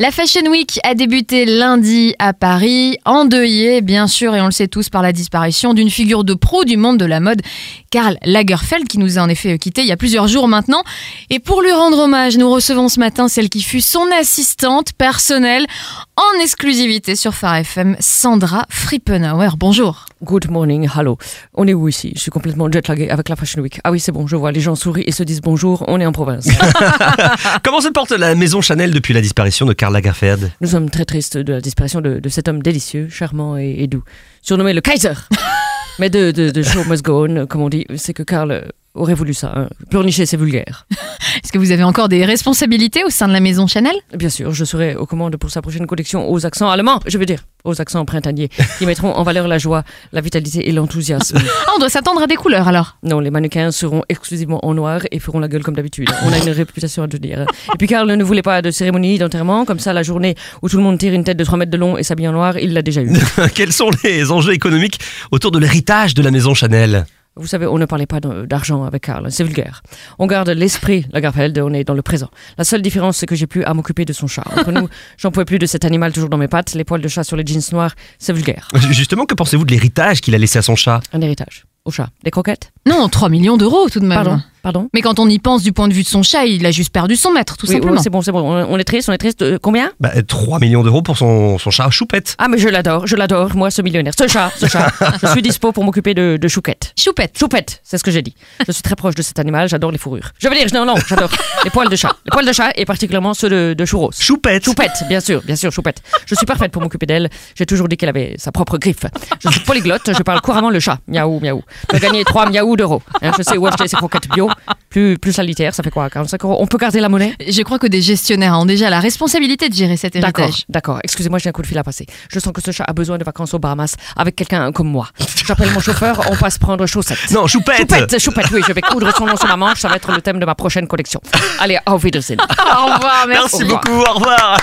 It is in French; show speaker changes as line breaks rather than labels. La Fashion Week a débuté lundi à Paris, endeuillée bien sûr, et on le sait tous par la disparition d'une figure de pro du monde de la mode, Karl Lagerfeld, qui nous a en effet quittés il y a plusieurs jours maintenant. Et pour lui rendre hommage, nous recevons ce matin celle qui fut son assistante personnelle en exclusivité sur Phare FM, Sandra Frippenauer. Bonjour.
Good morning, hello. On est où ici Je suis complètement jetlaguée avec la Fashion Week. Ah oui, c'est bon, je vois, les gens sourient et se disent bonjour, on est en province.
Comment se porte la maison Chanel depuis la disparition de Karl Lagerfeld
Nous sommes très tristes de la disparition de, de cet homme délicieux, charmant et, et doux, surnommé le Kaiser. Mais de, de, de show must go on, comme on dit, c'est que Karl aurait voulu ça. Hein. Pleurnicher, c'est vulgaire.
Est-ce que vous avez encore des responsabilités au sein de la maison Chanel
Bien sûr, je serai aux commandes pour sa prochaine collection aux accents allemands, je veux dire, aux accents printaniers, qui mettront en valeur la joie, la vitalité et l'enthousiasme.
Ah, on doit s'attendre à des couleurs alors
Non, les mannequins seront exclusivement en noir et feront la gueule comme d'habitude. On a une réputation à tenir. Et puis Karl ne voulait pas de cérémonie d'enterrement, comme ça la journée où tout le monde tire une tête de 3 mètres de long et s'habille en noir, il l'a déjà eu.
Quels sont les enjeux économiques autour de l'héritage de la maison Chanel
vous savez, on ne parlait pas d'argent avec Karl, hein, c'est vulgaire. On garde l'esprit Lagerfeld, on est dans le présent. La seule différence, c'est que j'ai plus à m'occuper de son chat. Entre nous, j'en pouvais plus de cet animal toujours dans mes pattes, les poils de chat sur les jeans noirs, c'est vulgaire.
Justement, que pensez-vous de l'héritage qu'il a laissé à son chat
Un héritage. Au chat. Des croquettes
Non, 3 millions d'euros tout de même.
Pardon Pardon
Mais quand on y pense du point de vue de son chat, il a juste perdu son maître, tout
Oui, oui,
simplement.
c'est bon, c'est bon. On on est triste, on est triste. Euh, combien
bah, 3 millions d'euros pour son, son chat Choupette.
Ah, mais je l'adore, je l'adore, moi, ce millionnaire. Ce chat, ce chat. je suis dispo pour m'occuper de, de Chouquette.
Choupette.
Choupette, c'est ce que j'ai dit. Je suis très proche de cet animal, j'adore les fourrures. Je veux dire, non, non, j'adore les poils de chat. Les poils de chat et particulièrement ceux de, de Chouros.
Choupette
Choupette, bien sûr, bien sûr, Choupette. Je suis parfaite pour m'occuper d'elle. J'ai toujours dit qu'elle avait sa propre griffe. Je suis polyglotte, je parle couramment le chat. Miaou, miaou. J'ai gagné 3 miaou d'euros. Hein, je sais où acheter ces croquettes bio. Plus, plus la litière, ça fait quoi 45 euros On peut garder la monnaie
Je crois que des gestionnaires ont déjà la responsabilité de gérer cet
D'accord,
héritage.
d'accord. Excusez-moi, j'ai un coup de fil à passer. Je sens que ce chat a besoin de vacances aux Bahamas avec quelqu'un comme moi. J'appelle mon chauffeur, on passe prendre chaussettes.
Non, Choupette
Choupette, choupette, oui, je vais coudre son nom sur ma manche, ça va être le thème de ma prochaine collection. Allez, au revoir.
Au revoir, merci.
Merci beaucoup, au revoir